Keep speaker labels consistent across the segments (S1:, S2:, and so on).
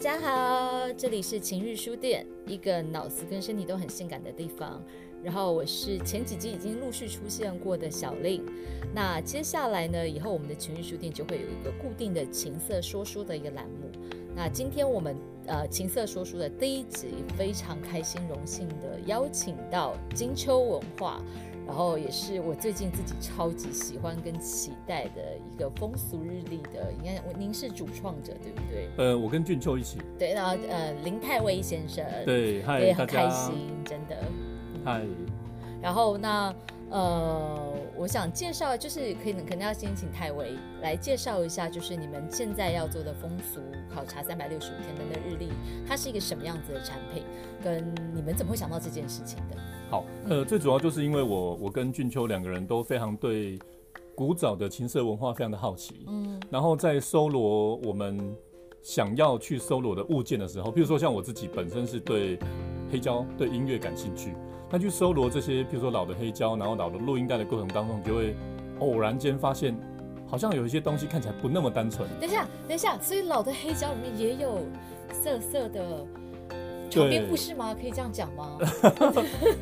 S1: 家好，这里是晴日书店，一个脑子跟身体都很性感的地方。然后我是前几集已经陆续出现过的小令，那接下来呢，以后我们的情欲书店就会有一个固定的情色说书的一个栏目。那今天我们呃情色说书的第一集，非常开心荣幸的邀请到金秋文化，然后也是我最近自己超级喜欢跟期待的一个风俗日历的，应该您是主创者对不对？
S2: 呃，我跟俊秋一起，
S1: 对，然后呃林泰威先生，
S2: 对，嗨
S1: 也
S2: 大
S1: 呃很开
S2: 家，
S1: 心，真的。
S2: 嗨，
S1: 然后那呃，我想介绍就是可能可能要先请泰维来介绍一下，就是你们现在要做的风俗考察三百六十五天的日历，它是一个什么样子的产品，跟你们怎么会想到这件事情的？
S2: 好，
S1: 嗯
S2: 呃，最主要就是因为我我跟俊秋两个人都非常对古早的情色文化非常的好奇，
S1: 嗯
S2: 然后在搜罗我们想要去搜罗的物件的时候，譬如说像我自己本身是对黑胶、对音乐感兴趣，那去搜罗这些譬如说老的黑胶，然后老的录音带的过程当中，你就会偶然间发现，好像有一些东西看起来不那么单纯，
S1: 等一下，等一下，所以老的黑胶里面也有色色的床边故事吗？可以这样讲 吗？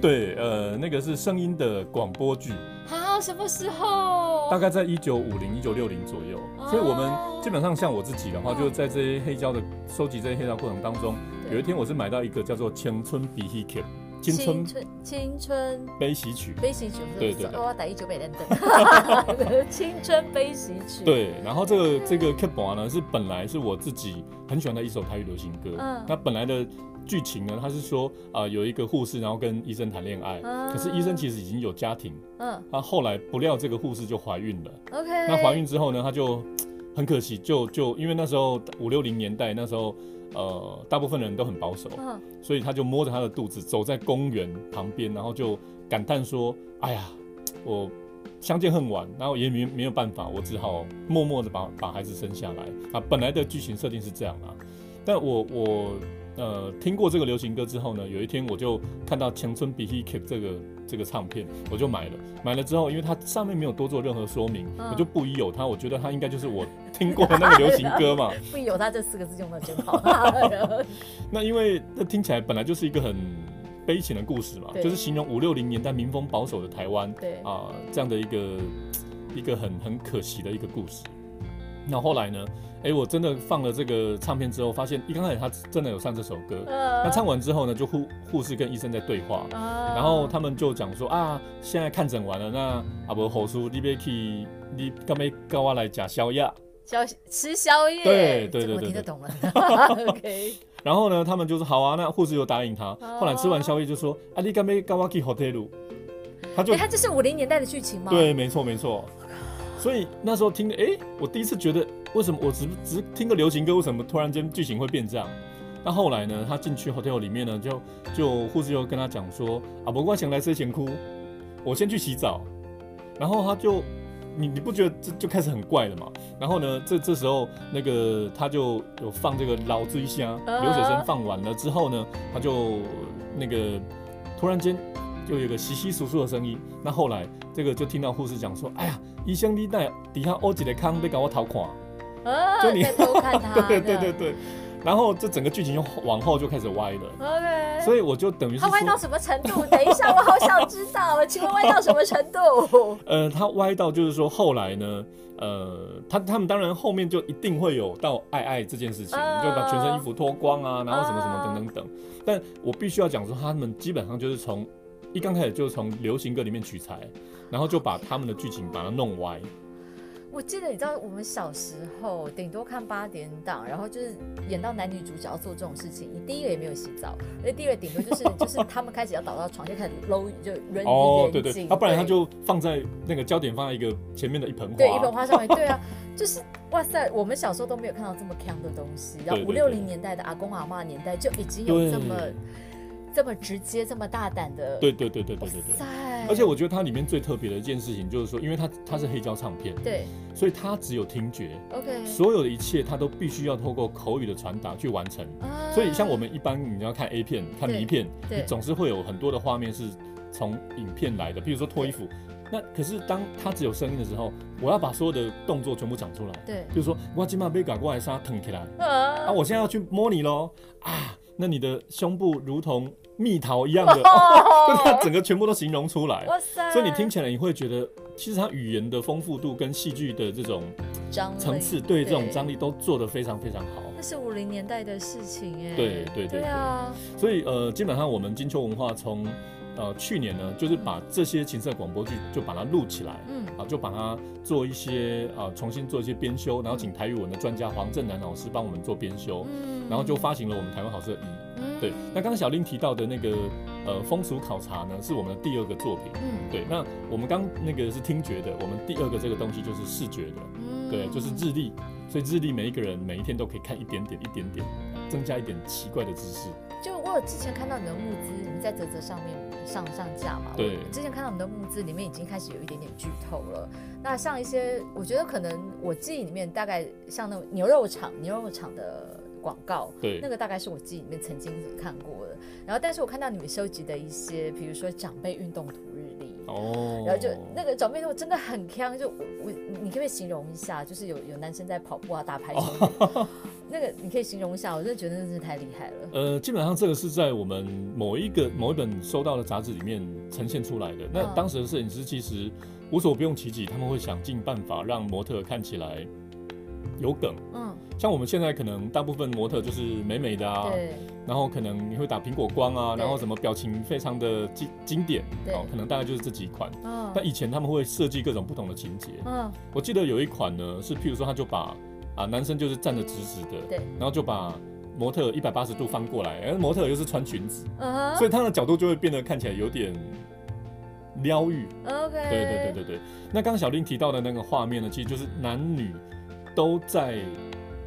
S2: 对，呃，那个是声音的广播剧。
S1: 啊，什么时候？
S2: 大概在一九五零、一九六零左右。所以，我们基本上像我自己的话，就是在这些黑胶的收集这些黑胶过程当中，
S1: 对
S2: 有一天我是买到一个叫做《青春比戏曲》青
S1: 青
S2: 春
S1: 春青春
S2: 悲喜曲，
S1: 悲喜曲，
S2: 对对对
S1: 我要打一九百等 等，青春悲喜曲，，
S2: 对。然后这个这个 k e p o 呢，是本来是我自己很喜欢的一首台语流行歌。
S1: 嗯
S2: 那本来的剧情呢，它是说啊、有一个护士，然后跟医生谈恋爱，
S1: 啊
S2: 可是医生其实已经有家庭，
S1: 嗯
S2: 他后来不料这个护士就怀孕了。
S1: ，OK，
S2: 那怀孕之后呢，她就很可惜，就就因为那时候五六零年代，那时候呃大部分人都很保守，
S1: 嗯，
S2: 所以她就摸着她的肚子走在公园旁边，然后就感叹说：“哎呀，我相见恨晚，然后也没没有办法，我只好默默的把把孩子生下来啊。”本来的剧情设定是这样啊，但我我。呃，听过这个流行歌之后呢，有一天我就看到《青春比 h k 这个这个唱片，我就买了。买了之后，因为它上面没有多做任何说明，
S1: 嗯
S2: 我就不疑有它。我觉得它应该就是我听过的那个流行歌嘛。
S1: 不由他这四个字用的真好。
S2: 那因为这听起来本来就是一个很悲情的故事嘛，
S1: 对
S2: 就是形容五六零年代民风保守的台湾
S1: 对，
S2: 啊、这样的一个一个很很可惜的一个故事。那后来呢？诶，我真的放了这个唱片之后，发现一刚开始他真的有唱这首歌。
S1: 那
S2: 那唱完之后呢，就护护士跟医生在对话，然
S1: 然
S2: 后他们就讲说啊，现在看诊完了，那啊不，侯叔你别去，你干嘛跟我来假宵夜？啊
S1: 宵吃宵夜，
S2: 对对
S1: 这个我
S2: 对对
S1: 听得
S2: 对
S1: 懂了。OK，
S2: 然后呢，他们就是好啊，那护士就答应他。后来吃完宵夜就说：“啊，你干杯，干我去 hotel。”他就
S1: 对，哎他这是五零年代的剧情吗？，
S2: 对，没错没错。所以那时候听的，哎、我第一次觉得为什么我只只是听个流行歌，为什么突然间剧情会变这样？那后来呢，他进去 hotel 里面呢，就就护士就跟他讲说：“啊，不过想来之前哭，我先去洗澡。”然后他就。你你不觉得这就开始很怪了嘛？然后呢，这这时候那个他就有放这个老醉虾
S1: 啊
S2: 流水声放完了之后呢，他就那个突然间就有一个稀稀疏疏的声音。那后来这个就听到护士讲说：“哎呀，医生你带底下欧几的康被搞我逃垮。
S1: 啊，
S2: 就你，
S1: 在偷看”他
S2: 对对对对。然后这整个剧情就往后就开始歪了，
S1: ，OK。
S2: 所
S1: 以
S2: 以我就等于是
S1: 哎他
S2: 说
S1: 歪，到什么程度？等一下，我好想知 道，请问歪到什么程度？
S2: 呃，他歪到就是说后来呢，呃，他他们当然后面就一定会有到爱爱这件事情，
S1: 啊
S2: 就把全身衣服脱光
S1: 嗯
S2: 啊，然后什么什么等等等。但我必须要讲说，他们基本上就是从一刚开始就是从流行歌里面取材，然后就把他们的剧情把它弄歪。
S1: 我记得你知道，我们小时候顶多看八点档，然后就是演到男女主角要做这种事情，你第一个也没有洗澡，而第二个顶多就是就是他们开始要倒到床就开始搂，就轮
S2: 哦
S1: 眼，
S2: 对
S1: 睛，
S2: 对，要、不然他就放在那个焦点放在一个前面的一盆花，
S1: 对一盆花上面，对啊，就是哇塞，我们小时候都没有看到这么强的东西，然后
S2: 对
S1: 五
S2: 对
S1: 六
S2: 对
S1: 零年代的阿公阿妈年代就已经有
S2: 对
S1: 这么这么直接、这么大胆的，
S2: 对对对对对对对。
S1: 塞，
S2: 而且我觉得它里面最特别的一件事情就是说，因为它它是黑胶唱片，
S1: 对
S2: 所以它只有听觉，
S1: ，OK，
S2: 所有的一切它都必须要透过口语的传达去完成。
S1: 啊
S2: 所以像我们一般你要看 A 片、看
S1: 对
S2: 迷片，
S1: 对
S2: 你总是会有很多的画面是从影片来的，譬如说脱衣服，那可是当它只有声音的时候，我要把所有的动作全部讲出来。
S1: 对，
S2: 比如说，我今晚被赶过来杀腾起来，啊，
S1: 啊，
S2: 我现在要去摸你喽啊！那你的胸部如同蜜桃一样的，
S1: 哦
S2: 就它整个全部都形容出来。
S1: 哇塞！
S2: 所以你听起来你会觉得，其实它语言的丰富度跟戏剧的这种
S1: 张力
S2: 层次，对这种张
S1: 力，
S2: 力都做得非常非常好。
S1: 那是五零年代的事情哎。
S2: 对对对
S1: 对啊，
S2: 所以呃，基本上我们金秋文化从呃去年呢，就是把这些情色广播剧就把它录起来。
S1: 嗯，
S2: 啊，就把它做一些啊，重新做一些编修，然后请台语文的专家黄正南老师帮我们做编修，
S1: 嗯
S2: 然后就发行了我们台湾好色一。
S1: 嗯
S2: 对，那刚刚小令提到的那个呃风俗考察呢，是我们的第二个作品。
S1: 嗯
S2: 对，那我们刚那个是听觉的，我们第二个这个东西就是视觉的，
S1: 嗯
S2: 对，就是日历。所以日历每一个人每一天都可以看一点点，一点点，增加一点奇怪的知识。
S1: 就我有之前看到你的募资，你在泽泽上面上上架嘛？
S2: 对
S1: 我之前看到你的募资里面已经开始有一点点剧透了。那像一些，我觉得可能我记忆里面大概像那种牛肉厂、牛肉厂的广告，
S2: 对
S1: 那，个大概是我记忆里面曾经看过的。然后，但是我看到你们收集的一些，比如说长辈运动图日历。
S2: 哦，
S1: 然后就那个长辈图真的很强，就我我你可不可以形容一下？就是有有男生在跑步啊、打排球，
S2: 哦
S1: 那个你可以形容一下，我真的觉得那真的太厉害了。
S2: 呃，基本上这个是在我们某一个某一本收到的杂志里面呈现出来的。那
S1: 嗯
S2: 当时的摄影师其实无所不用其极，他们会想尽办法让模特看起来有梗。
S1: 嗯，
S2: 像我们现在可能大部分模特就是美美的啊，
S1: 对。
S2: 然后可能你会打苹果光啊，
S1: 对
S2: 然后什么表情非常的经经典，哦
S1: 对
S2: 可能大概就是这几款。
S1: 嗯
S2: 但以前他们会设计各种不同的情节，
S1: 嗯
S2: 我记得有一款呢是，譬如说他就把啊男生就是站得直直的，
S1: 对，
S2: 然后就把模特一百八十度翻过来，而哎模特又是穿裙子，
S1: 嗯
S2: 所以他的角度就会变得看起来有点撩欲。
S1: ，OK，
S2: 对对对对对。那刚刚小林提到的那个画面呢，其实就是男女都在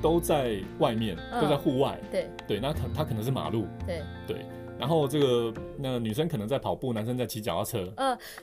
S2: 都在外面，
S1: 嗯
S2: 都在户外。
S1: 对
S2: 对，那他他可能是马路，
S1: 对
S2: 对。然后这个那女生可能在跑步，男生在骑脚踏车，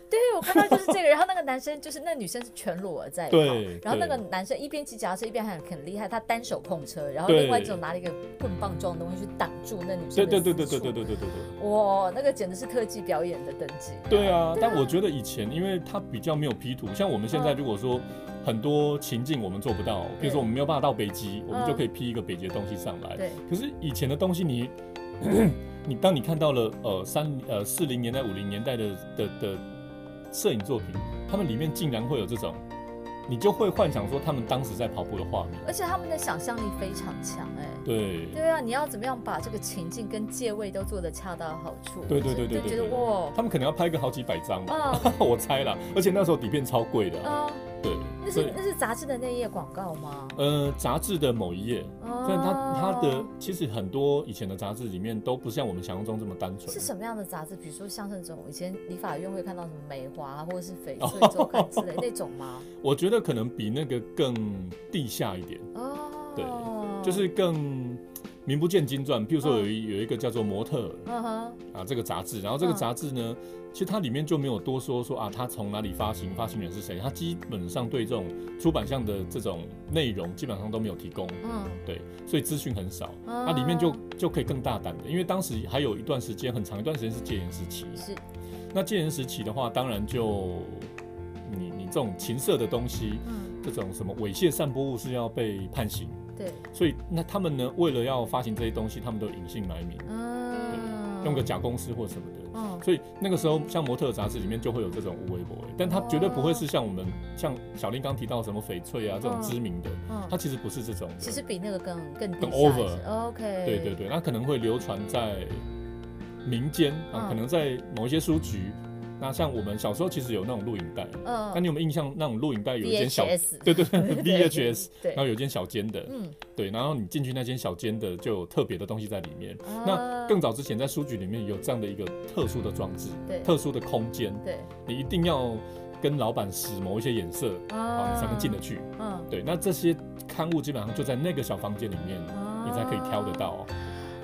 S1: 对，我看到就是这个，然后那个男生就是那女生是全裸在跑
S2: 对
S1: 然后那个
S2: 对
S1: 男生一边骑脚踏车一边还很很厉害，他单手碰车，然后
S2: 对
S1: 另外只有拿了一个棍棒状的东西去挡住那女
S2: 对
S1: 生的
S2: 对对对
S1: 私
S2: 对
S1: 处
S2: 对对对对对。
S1: 哇，那个简直是特技表演的等级，
S2: 对啊，但我觉得以前因为它比较没有 P 图，像我们现在
S1: 嗯
S2: 如果说很多情境我们做不到，比如说我们没有办法到北极，我们
S1: 嗯
S2: 就可以 P 一个北极的东西上来。
S1: 对，
S2: 可是以前的东西你， 你当你看到了呃三呃四零年代五零年代的的的摄影作品，他们里面竟然会有这种，你就会幻想说他们当时在跑步的画面。
S1: 而且他们的想象力非常强哎、
S2: 对
S1: 对啊，你要怎么样把这个情境跟借位都做得恰到好处？
S2: 对对对对
S1: 就
S2: 对
S1: 觉得
S2: 对
S1: 哇，
S2: 他们可能要拍个好几百张吧，
S1: 啊
S2: 我猜啦。而且那时候底片超贵的啊、
S1: 啊，
S2: 对，
S1: 那
S2: 所以
S1: 是那是杂志的内页广告吗？
S2: 呃杂志的某一页。
S1: 哦
S2: 但它它的其实很多以前的杂志里面都不像我们想象中这么单纯
S1: 是。什么样的杂志？比如说像那种以前理发院会看到什么美华啊或者是翡 翠周刊之类那种吗？
S2: 我觉得可能比那个更地下一点，
S1: 哦，
S2: 对就是更名不见经传。譬如说有一、有一个叫做模特儿
S1: 嗯哼，
S2: 啊这个杂志，然后这个
S1: 嗯
S2: 杂志呢，其实它里面就没有多说说啊它从哪里发行，发行人是谁，它基本上对这种出版项的这种内容基本上都没有提供。
S1: 嗯，
S2: 对，所以资讯很少，它、
S1: 它
S2: 里面就就可以更大胆的，因为当时还有一段时间很长一段时间是戒严时期，
S1: 是
S2: 那戒严时期的话，当然就你你这种情色的东西，
S1: 嗯
S2: 这种什么猥亵散播物是要被判刑，
S1: 对
S2: 所以那他们呢，为了要发行这些东西，他们都隐姓埋名，
S1: 嗯
S2: 用个假公司或什么的。
S1: 嗯
S2: 所以那个时候，像模特杂志里面就会有这种无微博，但它绝对不会是像我们像小林刚提到什么翡翠啊这种
S1: 嗯
S2: 知名的，它
S1: 嗯，
S2: 其实不是这种的。
S1: 其实比那个更更
S2: 更
S1: 地下一
S2: over
S1: 些 OK，
S2: 对对对，那可能会流传在民间啊，
S1: 嗯
S2: 可能在某一些书局。那像我们小时候其实有那种录影带，
S1: 嗯，
S2: 那你有没有印象那种录影带有一间小
S1: VHS
S2: 对对对
S1: 对
S2: VHS，
S1: 对
S2: 然后有一间小间的，
S1: 嗯，
S2: 对，然后你进去那间小间的就有特别的东西在里面。那
S1: 啊
S2: 更早之前在书局里面有这样的一个特殊的装置，
S1: 对
S2: 特殊的空间，
S1: 对
S2: 你一定要跟老板使某一些眼色，啊，你才能进得，去。
S1: 嗯
S2: 对，那这些刊物基本上就在那个小房间里面，
S1: 嗯，
S2: 你才可以挑得
S1: 啊
S2: 到。哦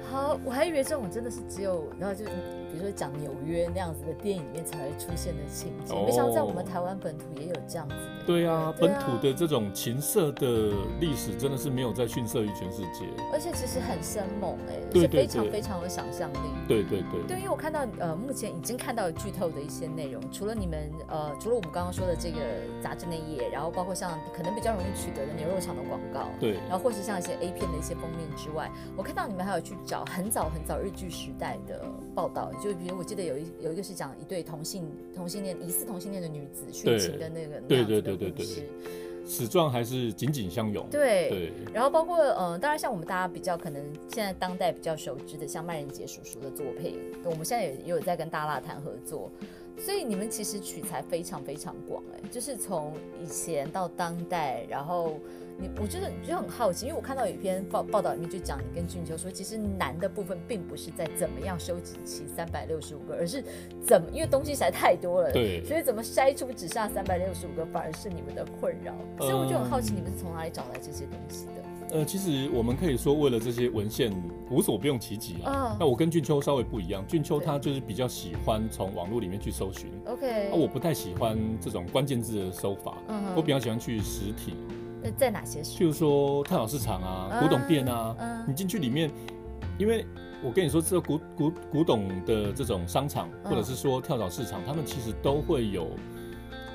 S1: 好，我还以为这种真的是只有，然后就比比如说讲纽约那样子的电影里面才会出现的情节，
S2: 哦
S1: 没想到在我们台湾本土也有这样子的。
S2: 对啊，
S1: 对
S2: 本土的这种情色的历史真的是没有在逊色于全世界。
S1: 而且其实很生猛哎、而
S2: 对
S1: 且非
S2: 对
S1: 常
S2: 对
S1: 非常有想象力。
S2: 对对对，
S1: 对，因为我看到呃，目前已经看到剧透的一些内容，除了你们呃，除了我们刚刚说的这个杂志那一页，然后包括像可能比较容易取得的牛肉厂的广告，
S2: 对
S1: 然后或是像一些 A 片的一些封面之外，我看到你们还有去找很早很早日剧时代的报道，就比如我记得有一有一个是讲一对同性同性恋疑似同性恋的女子殉
S2: 对
S1: 情的那个那
S2: 对
S1: 样子的
S2: 对对对
S1: 故
S2: 对
S1: 事
S2: 死状还是紧紧相拥。
S1: 对
S2: 对
S1: 然后包括呃，当然像我们大家比较可能现在当代比较熟知的，像麦仁杰叔叔的作品，我们现在也也有在跟大辣谈合作，所以你们其实取材非常非常广哎、就是从以前到当代，然后你我觉得就很好奇，因为我看到有一篇报报道里面就讲你跟俊秋说，其实难的部分并不是在怎么样收集齐三百六十五个，而是怎么因为东西实在太多了，
S2: 对
S1: 所以怎么筛出只剩下三百六十五个，反而是你们的困扰。所以我就很好奇，你们是从哪里找来这些东西的？
S2: 呃，其实我们可以说，为了这些文献无所不用其极啊。
S1: 嗯
S2: 那我跟俊秋稍微不一样，俊秋
S1: 对
S2: 他就是比较喜欢从网络里面去搜寻，
S1: OK，
S2: 啊，我不太喜欢这种关键字的搜法，
S1: 嗯哼
S2: 我比较喜欢去实体，
S1: 那在哪些
S2: 譬
S1: 书？
S2: 如说太老市场啊、古董店啊，
S1: 嗯
S2: 你进去里面，因为我跟你说，这古古古董的这种商场，
S1: 嗯
S2: 或者是说跳蚤市场，他们其实都会有，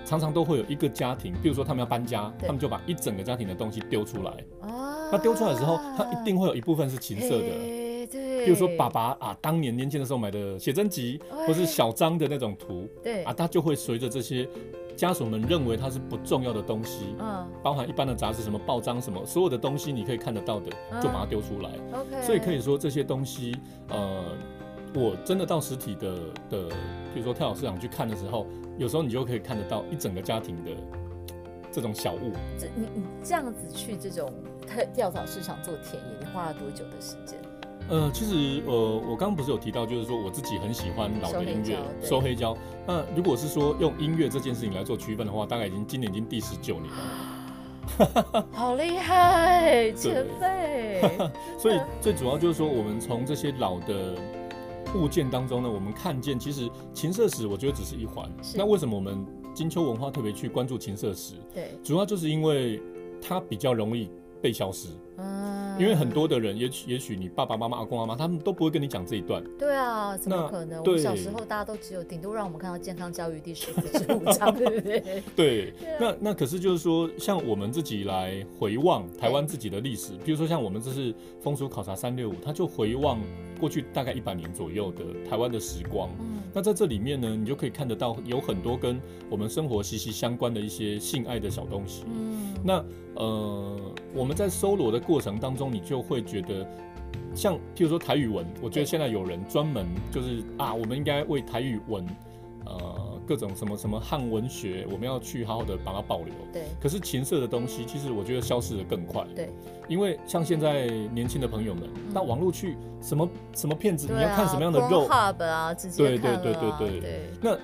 S2: 常常都会有一个家庭，比如说他们要搬家，
S1: 对
S2: 他们就把一整个家庭的东西丢出来。
S1: 哦，
S2: 他丢出来的时候，他一定会有一部分是情色的，
S1: 嘿对，
S2: 比如说爸爸啊，当年年轻的时候买的写真集，
S1: 哎
S2: 或是小张的那种图
S1: 对
S2: 啊，，他就会随着这些家属们认为它是不重要的东西。
S1: 嗯
S2: 包含一般的杂志，什么报章，什么所有的东西，你可以看得到的，
S1: 嗯
S2: 就把它丢出来。
S1: ，OK，
S2: 所以可以说这些东西，呃，我真的到实体的的，比如说跳蚤市场去看的时候，有时候你就可以看得到一整个家庭的这种小物。
S1: 这你你这样子去这种跳跳蚤市场做田野，你花了多久的时 间？
S2: 呃，其实呃，我刚刚不是有提到，就是说我自己很喜欢老的音乐，
S1: 收
S2: 收黑胶。那如果是说用音乐这件事情来做区分的话，大概已经今年已经第十九年了。
S1: 好厉害，前辈，
S2: 所以
S1: 嗯
S2: 最主要就是说，我们从这些老的物件当中呢，我们看见其实情色史，我觉得只是一环
S1: 是。
S2: 那为什么我们金秋文化特别去关注情色史？
S1: 对，
S2: 主要就是因为它比较容易被消失，
S1: 嗯，
S2: 因为很多的人，也许也许你爸爸妈妈、阿公阿妈，他们都不会跟你讲这一段。
S1: 对啊，怎么
S2: 那
S1: 可能？我
S2: 对
S1: 们小时候大家都只有顶多让我们看到健康教育第十四十五章，对不对？对
S2: 对
S1: 啊，
S2: 那那可是就是说，像我们自己来回望台湾自己的历史，比如说像我们这是风俗考察三六五，它就回望过去大概一百年左右的台湾的时光。
S1: 嗯，
S2: 那在这里面呢，你就可以看得到有很多跟我们生活息息相关的一些性爱的小东西。
S1: 嗯，
S2: 那呃，我们在搜罗的过程当中，你就会觉得，像譬如说台语文，我觉
S1: 对
S2: 得现在有人专门就是啊，我们应该为台语文，呃，各种什么什么汉文学，我们要去好好的把它保留。
S1: 对
S2: 可是情色的东西，其实我觉得消失的更快。
S1: 嗯对，
S2: 因为像现在年轻的朋友们，
S1: 嗯
S2: 到网络去什么什么片子，
S1: 对啊，
S2: 你要看什么样的肉，
S1: Hub 啊，直接
S2: 对
S1: 看
S2: 对对
S1: 了啊
S2: 对对那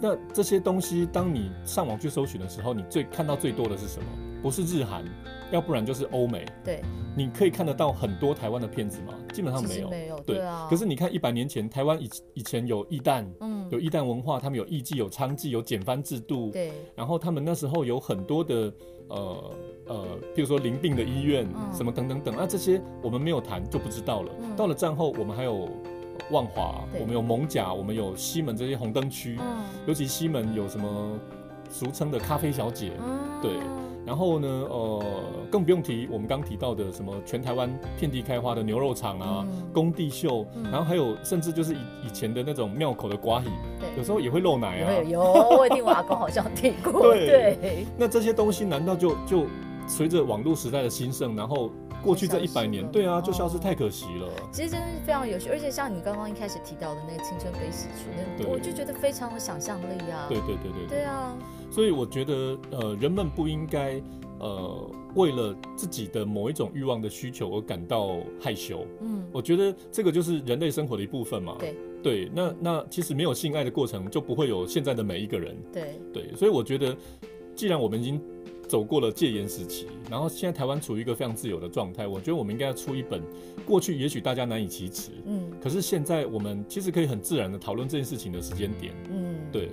S2: 那这些东西，当你上网去搜寻的时候，你最看到最多的是什么？不是日韩，要不然就是欧美。
S1: 对
S2: 你可以看得到很多台湾的片子吗？基本上
S1: 其
S2: 没
S1: 实
S2: 有。
S1: 没有，
S2: 对
S1: 对啊，
S2: 可是你看一百年前，台湾以以前有异蛋，
S1: 嗯，
S2: 有异蛋文化，他们有艺妓、有娼妓、有减番制度，
S1: 对
S2: 然后他们那时候有很多的呃呃，譬如说淋病的医院、
S1: 嗯
S2: 什么等等等，啊那、这些我们没有谈就不知道了。
S1: 嗯
S2: 到了战后，我们还有万华，
S1: 对
S2: 我们有蒙甲，我们有西门这些红灯区，
S1: 嗯
S2: 尤其西门有什么俗称的咖啡小姐，
S1: 嗯
S2: 对然后呢，呃，更不用提我们刚提到的什么全台湾遍地开花的牛肉厂啊、
S1: 嗯
S2: 工地秀，
S1: 嗯
S2: 然后还有甚至就是以以前的那种庙口的寡喜，有啊
S1: 对。
S2: 时候也会漏奶
S1: 有
S2: 啊。
S1: 有，我一定我阿公好像听 过，
S2: 对
S1: 对，
S2: 那这些东西难道就就随着网络时代的兴盛，然后过去这
S1: 就
S2: 一
S1: 消失
S2: 百
S1: 了
S2: 年，对啊，就消失
S1: 哦
S2: 太可惜了。
S1: 其实真的是非常有趣，而且像你刚刚一开始提到的那个青春悲喜剧，那
S2: 对
S1: 我就觉得非常有想象力啊，
S2: 对对对对
S1: 对啊，
S2: 所以我觉得，呃，人们不应该，呃，为了自己的某一种欲望的需求而感到害羞。
S1: 嗯，
S2: 我觉得这个就是人类生活的一部分嘛。
S1: 对
S2: 对，那那其实没有性爱的过程，就不会有现在的每一个人。
S1: 对，
S2: 对，所以我觉得，既然我们已经走过了戒严时期，然后现在台湾处于一个非常自由的状态，我觉得我们应该要出一本过去也许大家难以启齿，
S1: 嗯
S2: 可是现在我们其实可以很自然的讨论这件事情的时间点。
S1: 嗯，
S2: 对，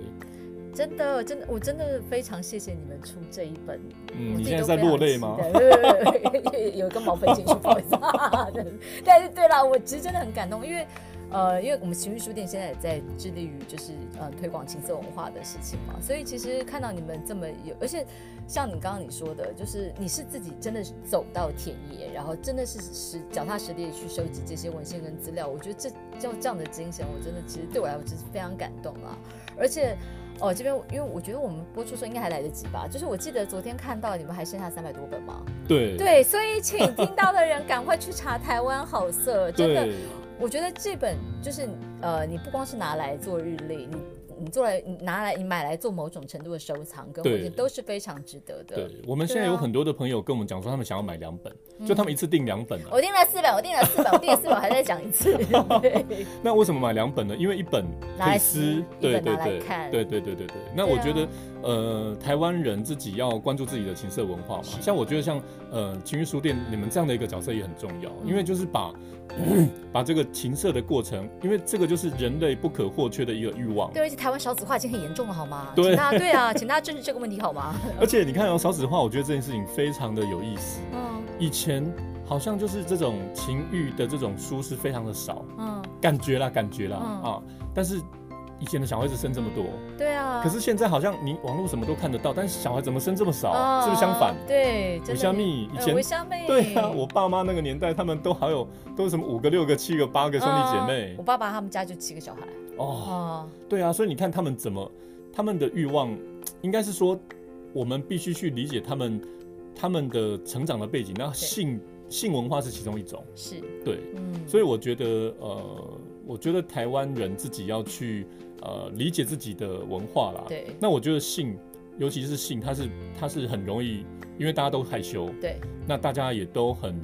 S1: 真的真的，我真的非常谢谢你们出这一本。
S2: 嗯，
S1: 我
S2: 你
S1: 自己
S2: 现在
S1: 都
S2: 在
S1: 非常
S2: 落泪
S1: 期
S2: 吗？
S1: 待对对对，有一个毛飞进去，不 好意思。但是对啦，我其实真的很感动，因为呃，因为我们情绪书店现在也在致力于就是呃推广情色文化的事情嘛，所以其实看到你们这么有，而且像你刚刚你说的，就是你是自己真的是走到田野，然后真的是实脚踏实地地去收集这些文献跟资料，我觉得这就这样的精神，我真的其实对我来说真是非常感动啊，而且。哦，这边因为我觉得我们播出的时候应该还来得及吧，就是我记得昨天看到你们还剩下三百多本嘛，
S2: 对
S1: 对，所以请听到的人赶快去查台湾好色，真的，
S2: 对
S1: 我觉得这本就是呃，你不光是拿来做日历，你你做来你拿来你买来做某种程度的收藏跟
S2: 对
S1: 婚礼都是非常值得的。
S2: 对，我们现
S1: 对
S2: 在
S1: 啊嗯
S2: 有很多的朋友跟我们讲说，他们想要买两本，就他们一次订两本啊。
S1: 我订了四本，我订了四本，我订了四本，我还在讲一 次。对
S2: 那为什么买两本呢？因为一本
S1: 拿
S2: 可
S1: 来
S2: 以
S1: 撕
S2: 撕，
S1: 一
S2: 对
S1: 本
S2: 对
S1: 拿来
S2: 对
S1: 看，
S2: 对对对对对。那
S1: 对
S2: 我
S1: 啊
S2: 觉得，呃，台湾人自己要关注自己的情色文化嘛。
S1: 是
S2: 像我觉得像，呃，情欲书店你们这样的一个角色也很重要，
S1: 嗯
S2: 因为就是把 把这个情色的过程，因为这个就是人类不可或缺的一个欲望。
S1: 对，而且台湾少子化已经很严重了，好吗？
S2: 对
S1: 请大家对啊，请大家正视这个问题好吗？
S2: 而且你看哦，少子化，我觉得这件事情非常的有意思。
S1: 嗯
S2: 以前好像就是这种情欲的这种书是非常的少，
S1: 嗯，
S2: 感觉啦，感觉啦、
S1: 嗯
S2: 啊，但是。以前的小孩子生这么多，
S1: 对啊。
S2: 可是现在好像你网络什么都看得到，但是小孩怎么生这么少？
S1: 啊
S2: 是不是相反？
S1: 对，真
S2: 五
S1: 的
S2: 香
S1: 是
S2: 蜜以
S1: 呃
S2: 前
S1: 我香妹，
S2: 对啊，我爸妈那个年代，他们都还有都是什么五个、六个、七个、八个兄弟姐妹
S1: 嗯我爸爸他们家就七个小孩
S2: 哦。
S1: 哦，
S2: 对啊，所以你看他们怎么，他们的欲望，应该是说我们必须去理解他们他们的成长的背景。那性性文化是其中一种，
S1: 是，
S2: 对。
S1: 嗯，
S2: 所
S1: 以
S2: 以我觉得，呃，我觉得台湾人自己要去呃理解自己的文化啦。
S1: 对
S2: 那我觉得性，尤其是性，它是它是很容易，因为大家都害羞，
S1: 对
S2: 那大家也都很，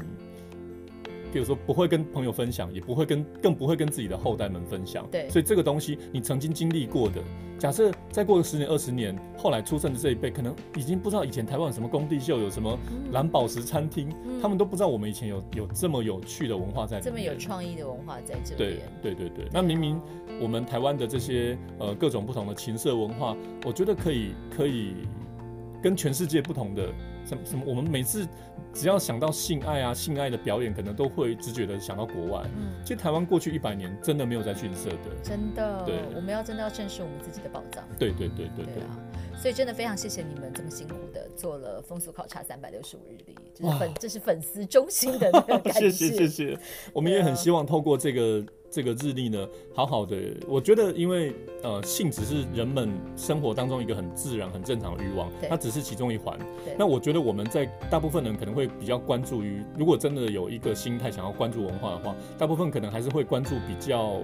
S2: 比如说不会跟朋友分享，也不会跟更不会跟自己的后代们分享。
S1: 对
S2: 所以这个东西你曾经经历过的，假设再过十年二十年，后来出生的这一辈，可能已经不知道以前台湾有什么工地秀，有什么蓝宝石餐厅，
S1: 嗯
S2: 他们都不知道我们以前有有这么有趣的文化在里面。
S1: 这么有创意的文化在这
S2: 对
S1: 边，
S2: 对对对，那明明我们台湾的这些呃各种不同的情色文化，我觉得可以可以跟全世界不同的什么什么，我们每次只要想到性爱啊、性爱的表演，可能都会直觉的想到国外。
S1: 嗯，
S2: 其实台湾过去一百年真的没有在逊色的，
S1: 真的
S2: 对，
S1: 我们要真的要正视我们自己的宝藏，
S2: 对对对对
S1: 对
S2: 对。
S1: 啊。所以真的非常谢谢你们这么辛苦的做了风俗考察三百六十五日历，这是
S2: 哇
S1: 粉这是粉丝衷心的那 个感
S2: 谢
S1: 谢，啊
S2: 谢谢谢，我们也很希望透过这个这个日历呢，好好的，我觉得因为呃性只是人们生活当中一个很自然、很正常的欲望
S1: 对，
S2: 它只是其中一环
S1: 对。
S2: 那我觉得我们在大部分人可能会比较关注于，如果真的有一个心态想要关注文化的话，大部分可能还是会关注比较。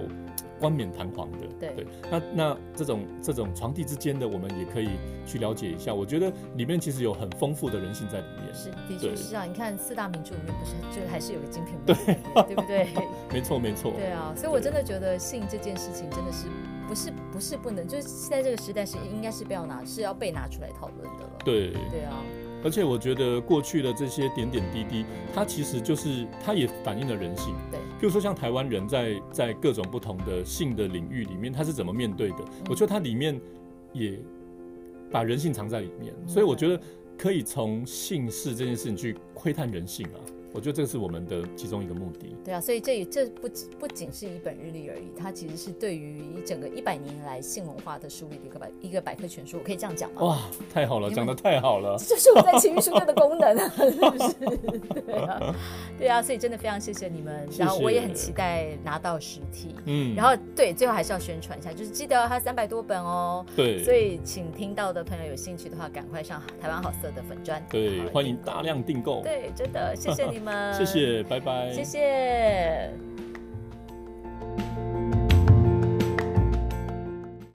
S2: 冠冕堂皇的，
S1: 对
S2: 那那这种这种床地之间的，我们也可以去了解一下。我觉得里面其实有很丰富的人性在里面。
S1: 是的确
S2: 对
S1: 是啊。你看四大名著里面不是就还是有个《金瓶梅》在里面，对不对？
S2: 没错，没错。
S1: 对啊，所以我真的觉得性这件事情真的是不是不是不能，就是现在这个时代是应该是不要拿，是要被拿出来讨论的了。
S2: 对
S1: 对啊，
S2: 而且我觉得过去的这些点点滴滴，它其实就是它也反映了人性。
S1: 对，
S2: 譬如说像台湾人在在各种不同的性的领域里面，他是怎么面对的？
S1: 嗯
S2: 我觉得它里面也把人性藏在里
S1: 嗯
S2: 面，所以我觉得可以从性事这件事情去窥探人性啊。我觉得这是我们的其中一个目的。
S1: 对啊，所以这也这不仅不仅是一本日历而已，它其实是对于一整个一百年来性文化的梳理的一个百一个百科全书，我可以这样讲吗？
S2: 哇，太好了，
S1: 你们
S2: 讲得太好了。
S1: 这就是我在情欲书店的功能啊， 是不是？对啊，对啊，所以真的非常谢谢你们，
S2: 谢谢
S1: 然后我也很期待拿到实体。
S2: 嗯，
S1: 然后对，最后还是要宣传一下，就是记得它三百多本哦，
S2: 对，
S1: 所以，请听到的朋友有兴趣的话，赶快上台湾好色的粉砖。
S2: 对，
S1: 好
S2: 欢迎。大量订购。
S1: 嗯对，真的，谢谢你们，
S2: 谢，谢，拜拜。
S1: 谢谢。